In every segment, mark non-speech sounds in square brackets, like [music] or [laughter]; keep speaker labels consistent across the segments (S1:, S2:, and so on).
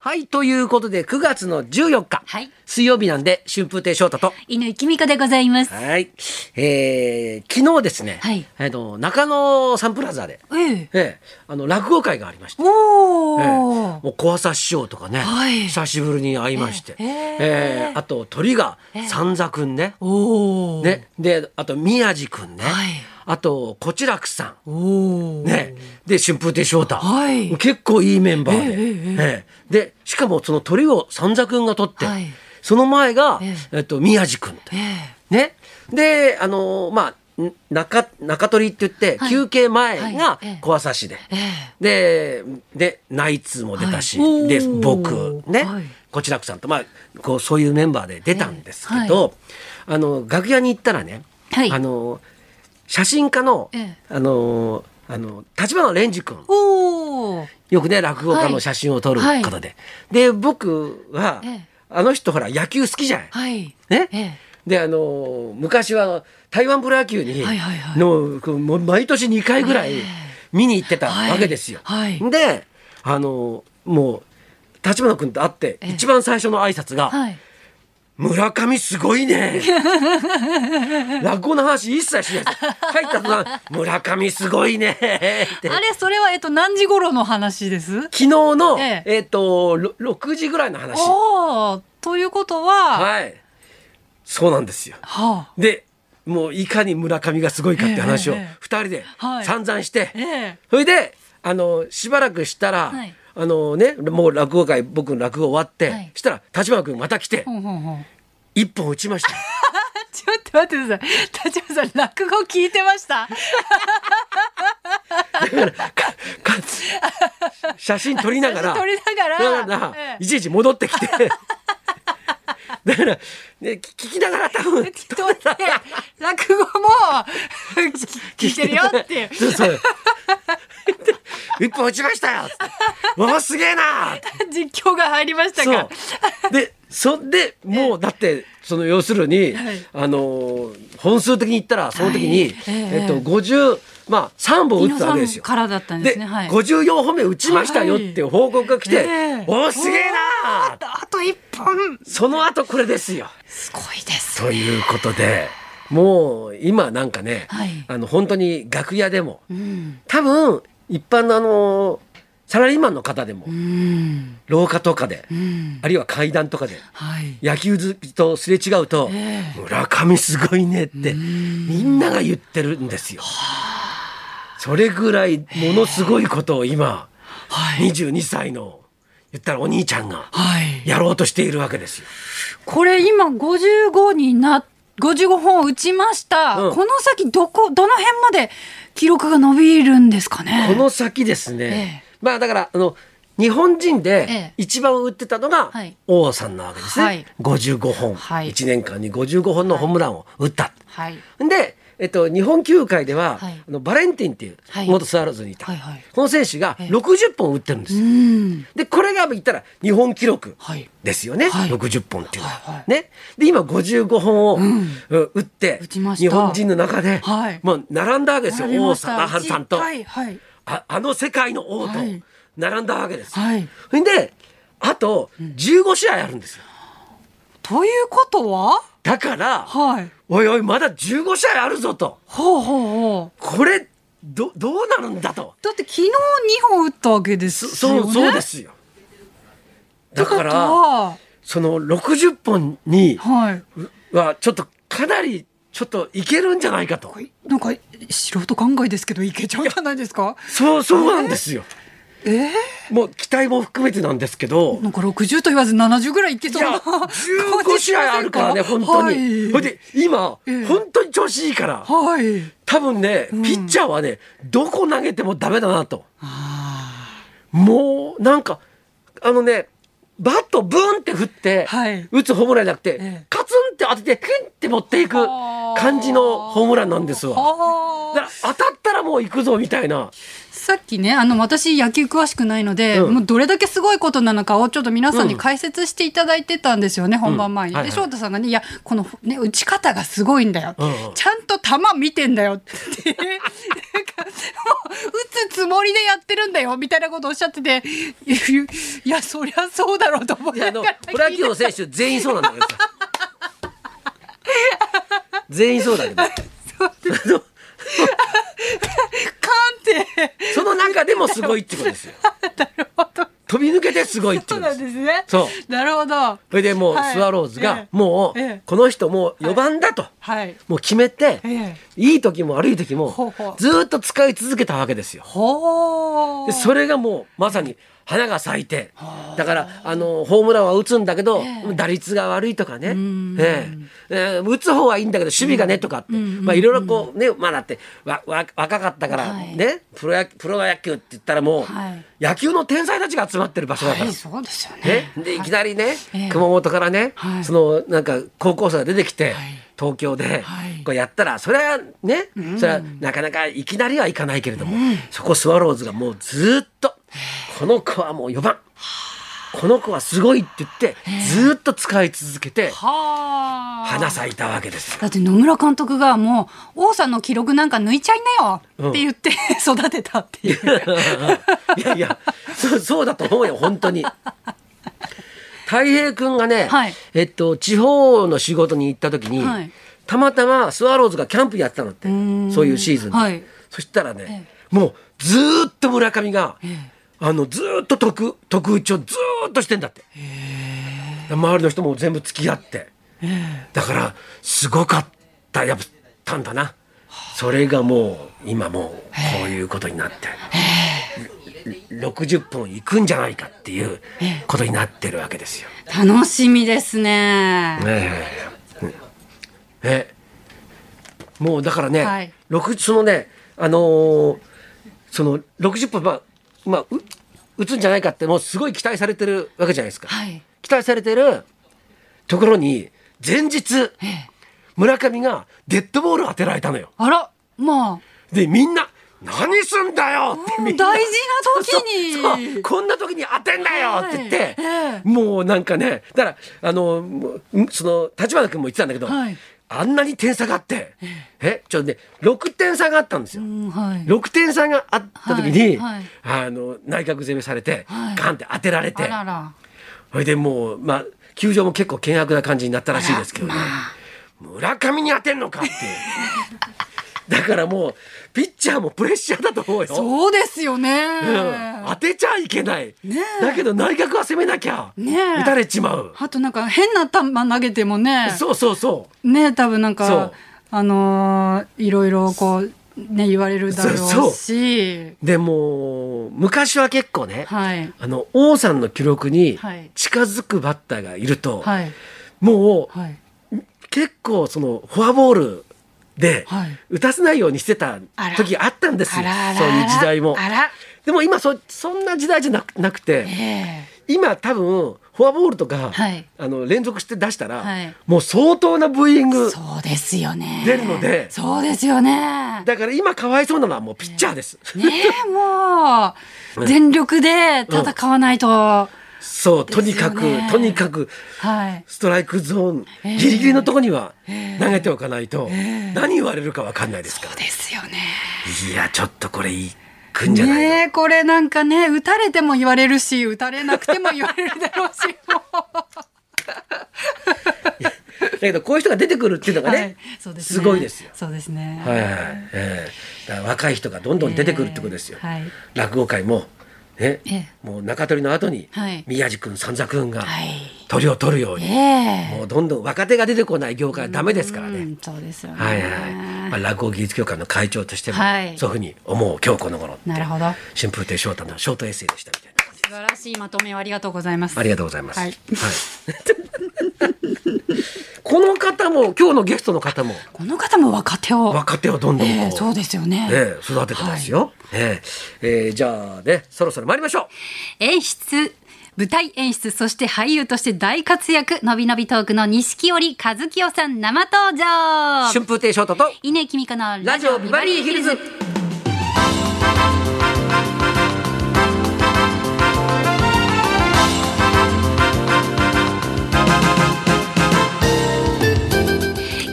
S1: はい、ということで、9月の14日、
S2: はい
S1: 水曜日なんで、春風亭昇太と、
S2: 犬きみこでございます。
S1: はい、えー、昨日ですね、
S2: はい
S1: えの中野サンプラザで、
S2: ええ。
S1: ええあの落語会がありました。
S2: おお、
S1: ええもう小朝師匠とかね、
S2: はい
S1: 久しぶりに会いまして、
S2: ええ
S1: ええあと鳥が
S2: ええ
S1: 三座くんね、
S2: おお。。
S1: ね、で、あと宮治くんね、
S2: はい
S1: あとこちらくさん、
S2: おお。。
S1: ね、で春風亭昇太、
S2: はい
S1: 結構いいメンバーで、
S2: ええええ
S1: ええでしかもその鳥を三座君が取って、
S2: はい
S1: その前が、え
S2: え
S1: っと、宮治君と
S2: ええ。
S1: ねであのーまあん中中取りって言って、
S2: はい
S1: 休憩前が
S2: はいええ
S1: 小朝市で、
S2: え
S1: ででナイツも出たし、
S2: はいおー
S1: で僕ね、
S2: はい
S1: こちらくさんと、まあ、こうそういうメンバーで出たんですけど、あの楽屋に行ったらね、
S2: はい
S1: あの写真家の,、
S2: ええ
S1: あのあの立花蓮司君
S2: おお。
S1: よくね落語家の写真を撮る方で、
S2: は
S1: で僕は、
S2: ええ
S1: あの人ほら野球好きじゃない。
S2: はい。
S1: ね、
S2: ええ
S1: であの昔はあの台湾プロ野球にの、
S2: はいはいはい
S1: こうもう毎年2回ぐらい
S2: ええ
S1: 見に行ってたわけですよ。
S2: はいは
S1: であのもう立花君と会って
S2: え
S1: 一番最初の挨拶が
S2: はい。
S1: 「村上すごい
S2: [laughs]
S1: ね」落語の話一切しないですよ入った途端「村上すごいね」って
S2: あれそれはえっと何時頃の話です？
S1: 昨日の、え
S2: え
S1: っとろ6時ぐらいの話
S2: おお。ということは、は
S1: はいそうなんですよ。
S2: あ。
S1: でもういかに村上がすごいかって話を
S2: ええええ
S1: 二人で
S2: はい
S1: 散々して、
S2: ええ。
S1: それであのしばらくしたら、
S2: はい
S1: あのねもう落語会僕の落語終わって、
S2: はい
S1: したら立花君また来て
S2: ほんほんほん。
S1: 一本打ちま
S2: [laughs]
S1: したよ。
S2: ちょっと待ってください。立花さん落語聞いてました。
S1: だからかか写真撮りながら
S2: 撮りながら
S1: だから
S2: ええ
S1: いちいち戻って
S2: [laughs]
S1: きてだから、ね、聞きながら多分
S2: 人で落語も [laughs] 聞いてるよっていう。
S1: [laughs] そうそう一本落ちましたよつってわあすげえな
S2: [laughs]
S1: って
S2: 実況が入りました
S1: そ
S2: が
S1: う。でそんでもうだってその要するに、
S2: はい
S1: あのー本数的に言ったらその時に、
S2: はいええ
S1: えっと50まあ3本打っ
S2: 猪
S1: た
S2: 野さ
S1: わけ
S2: ん
S1: ですよ。
S2: からだったんですね。はい。
S1: 54本目打ちましたよっていう報告が来て、
S2: ええ
S1: おおすげえな
S2: あとあと一本。
S1: その後これですよ。
S2: すごいです。
S1: ということでもう今なんかね、
S2: はい
S1: あの本当に楽屋でも
S2: うん。
S1: 多分一般のあのサラリーマンの方でも、
S2: うん。
S1: 廊下とかで、
S2: うん。
S1: あるいは階段とかで
S2: はい。
S1: 野球好きとすれ違うと、
S2: え
S1: 村上すごいねってみんなが言ってるんですよ。それぐらいものすごいことを今、
S2: はい。
S1: 22歳の言ったらお兄ちゃんが
S2: はい。
S1: やろうとしているわけですよ。
S2: これ今55にな55本打ちました。
S1: うん
S2: この先どこどの辺まで記録が伸びるんですかね。
S1: [laughs] この先ですね、まあだからあの日本人
S2: え
S1: で
S2: え
S1: 一番打ってたのが
S2: はい
S1: 王さんなわけですね、
S2: はい
S1: 55本、
S2: はい
S1: 1年間に55本のホームランを打った、
S2: はい
S1: で、えっと、日本球界では、
S2: はい
S1: あのバレンティンっていう
S2: はい
S1: 元スワローズにいた、
S2: はいはい
S1: この選手が
S2: ええ
S1: 60本打ってるんです
S2: う
S1: よ。
S2: ん。
S1: でこれが言ったら日本記録
S2: はい。
S1: ですよね、
S2: はい
S1: 60本っていうのは。
S2: はいはい
S1: ね、で今55本を、
S2: ん
S1: う打って
S2: 打ちまし
S1: 日
S2: た
S1: 本人の中で、
S2: はい
S1: まあ、並んだわけですよ
S2: 並び
S1: 王
S2: ました
S1: 貞治さんと、
S2: はいはい
S1: ああの世界の王と
S2: はい
S1: 並んだわけですよ。
S2: はい。
S1: それであと15試合あるんですよ。
S2: ということは
S1: だから、
S2: はい。
S1: おいおいまだ15試合あるぞと
S2: ほうほうほう。
S1: これどどうなるんだと。
S2: だって昨日2本打ったわけですよね。
S1: そうそうで。すよ。だから
S2: は、
S1: その60本に
S2: はい。
S1: はちょっとかなりちょっといけるんじゃないかと。
S2: なんか素人考えですけどいけちゃうんじゃないですか。
S1: そうそうなんですよ。
S2: ええ
S1: もう期待も含めてなんですけど。
S2: なんか60と言わず70ぐらいいけ
S1: い
S2: そう
S1: や
S2: な。
S1: 15試合あるからね本当に。ほ
S2: はいい。
S1: で今
S2: ええ
S1: 本当に調子いいから
S2: はい。
S1: 多分ね
S2: ん
S1: ピッチャーはねどこ投げてもダメだなと。
S2: あ
S1: もうなんかあのねバットブーンって振って、
S2: はい
S1: 打つホームランじゃなくて、
S2: ええ
S1: カツンって当ててクンって持っていく感じのホームランなんです
S2: ー
S1: わ。だか
S2: は
S1: ら
S2: あ。
S1: 当たったらもう行くぞみたいな。
S2: さっきね、あの私野球詳しくないので、
S1: うん
S2: もうどれだけすごいことなのかをちょっと皆さん
S1: う
S2: に
S1: ん
S2: 解説していただいてたんですよね、本番前に。
S1: はいはい
S2: で、翔太さんがね、いや、このね、打ち方がすごいんだよ。
S1: うんうん
S2: ちゃんと球見てんだよって。なんか打つつもりでやってるんだよみたいなことおっしゃってていやいやそりゃそうだろうと思い
S1: いや
S2: な
S1: あの
S2: がら
S1: プロ野球の選手全員そうなんだけどさ [laughs] 全員 [laughs] そうだけどあの
S2: カーンって
S1: その中でもすごいってことです
S2: [laughs]
S1: よ飛び抜けてすごいって
S2: そう
S1: ことで
S2: な
S1: す
S2: んですね
S1: そう
S2: なるほど
S1: それでもう
S2: はい
S1: スワローズ
S2: ええ
S1: がも
S2: え
S1: う
S2: え
S1: この人もう4番だと
S2: はい
S1: もう決めて
S2: ええ
S1: いい時も悪い時
S2: ほう
S1: も
S2: ほう
S1: ずーっと使い続けたわけですよ。
S2: ほ
S1: で
S2: う
S1: それがもうまさに花が咲いてだからあのホームランは打つんだけど、打率が悪いとかね、ええええ打つ方はいいんだけど守備がねとかって、まあ、いろいろこうね、まあ、だってわわ若かったから
S2: はい
S1: ね、プロ野プロ野球って言ったらもう、
S2: はい
S1: 野球の天才たちが集まってる場所だから。
S2: はいそうですよ
S1: ね [laughs]
S2: ね、
S1: でいきなりね、
S2: ええ
S1: 熊本からね、
S2: はい
S1: そのなんか高校生が出てきて、
S2: はい
S1: 東京で
S2: はい
S1: こうやったらそれはね、それはなかなかいきなりはいかないけれども、そこスワローズがもうずっとこの子はもう4番この子はすごいって言ってずっと使い続けて
S2: はあ
S1: 花咲いたわけですよ。
S2: だって野村監督がもう王さんの記録なんか抜いちゃいなよって言って [laughs] 育てたっていう、
S1: いやいやそうそうだと思うよ本当に。太平君がね、
S2: はい
S1: えっと、地方の仕事に行った時に、
S2: はい
S1: たまたまスワローズがキャンプやってたのって
S2: ん
S1: そういうシーズンで、
S2: はい
S1: そしたらね、もうずーっと村上が、あのずーっと特特打ちをずーっとしてんだって周りの人も全部付き合って、だからすごかったやっぱんだなそれがもう今もうこういうことになって。60本いくんじゃないかっていうことになってるわけですよ。
S2: 楽しみですね
S1: ねえうんえもうだからね、
S2: はい
S1: 六そのねあのーその60本まあまあう打つんじゃないかってもうすごい期待されてるわけじゃないですか。
S2: はい
S1: 期待されてるところに前日村上がデッドボールを当てられたのよ。
S2: あらま
S1: でみんな何すんだよって
S2: あ
S1: み
S2: 大
S1: ん
S2: 事な
S1: な
S2: 時
S1: [laughs] そう
S2: に
S1: そうこんな時に当てんだよって言って、
S2: はいええ
S1: もうなんかねだからあのもうんその立花君も言ってたんだけど、
S2: はい
S1: あんなに点差があってえちょっとね6点差があったんですよ。
S2: うんはい
S1: 6点差があった時に、
S2: はい
S1: あの内角攻めされて、
S2: はい
S1: ガンって当てられて
S2: あらら
S1: それでもう、まあ、球場も結構険悪な感じになったらしいですけどね、村上に当てんのかっていうだからもうピッチャーもプレッシャーだと思うよ。
S2: そうですよね、
S1: うん、当てちゃいけない、
S2: ねえ
S1: だけど内角は攻めなきゃ、
S2: ねえ
S1: 打たれちまう、
S2: あとなんか変な球投げてもね
S1: そうそうそ
S2: ね多分なん
S1: そう
S2: かあのーいろいろこうね言われるだろ
S1: そうそう
S2: うし
S1: うでも昔は結構ね、
S2: はい
S1: あの王さんの記録に
S2: はい
S1: 近づくバッターがいると、
S2: はい
S1: もう
S2: はい
S1: 結構そのフォアボールで
S2: はい
S1: 打たせないようにしてた
S2: あら
S1: 時あったんですよ、
S2: あらあらあら
S1: そういう時代も
S2: あら
S1: でも今そそんな時代じゃなくなくて、
S2: ええ
S1: 今多分フォアボールとか、
S2: はい
S1: あの連続して出したら、
S2: はい
S1: もう相当なブーイング
S2: そうですよね
S1: 出るので
S2: そうですよね
S1: だから今かわいそうなのはもうピッチャーです。
S2: ねえも
S1: [laughs] ね
S2: う全力で戦わないと、
S1: そう、とにかく、
S2: ですよね
S1: とにかく、
S2: はい
S1: ストライクゾーン、
S2: ええ
S1: ギリギリのとこには投げておかないと、何言われるかわかんないですか
S2: そうですよね
S1: ら。いや、ちょっとこれいくんじゃないの、
S2: ねえこれなんかね打たれても言われるし打たれなくても言われるだろう
S1: [laughs]
S2: しもう
S1: だけど、こういう人が出てくるっていうのがね、
S2: はいそうですね
S1: ごいですよ。
S2: そうですね
S1: はい、はいええだから若い人がどんどん出てくるってことですよ。
S2: ええはい
S1: 落語界も、ね、
S2: ええ
S1: もう中取りの後に、
S2: はい
S1: 宮治君、三座君が、
S2: はい
S1: 鳥を取るように、
S2: ええ
S1: もうどんどん若手が出てこない業界はダメですからね。
S2: うんそうですよね
S1: はいはい、まあ、落語技術協会の会長としても、
S2: はい
S1: そういうふうに思う今日この頃って
S2: なるほど
S1: 春風亭昇太のショートエッセイでしたみたいな感じ
S2: 素晴らしいまとめをありがとうございます
S1: ありがとうござい [laughs] ます、
S2: はい
S1: はいこの方も今日のゲストの方も
S2: この方も若手を
S1: 若手をどんどんこう,、
S2: ええそうですよね
S1: ええ育ててますよ、ええええじゃあねそろそろ参りましょう
S2: 演出舞台演出そして俳優として大活躍のびのびトークの錦織和樹さん生登場
S1: 春風亭昇太と
S2: 稲井君香の
S1: ラジオビバリーヒルズ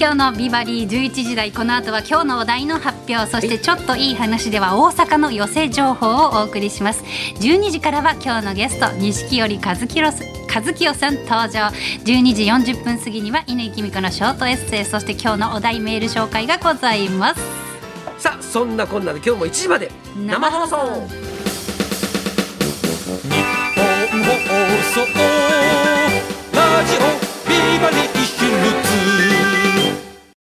S2: 今今日のビバリー11時台この後は今日のお題の発表そしてちょっといい話では大阪の寄せ情報をお送りします12時からは今日のゲスト錦織和樹さん和清さん登場12時40分過ぎには乾きみ子のショートエッセイそして今日のお題メール紹介がございます
S1: さあそんなこんなで今日も1時まで生放送
S3: 放送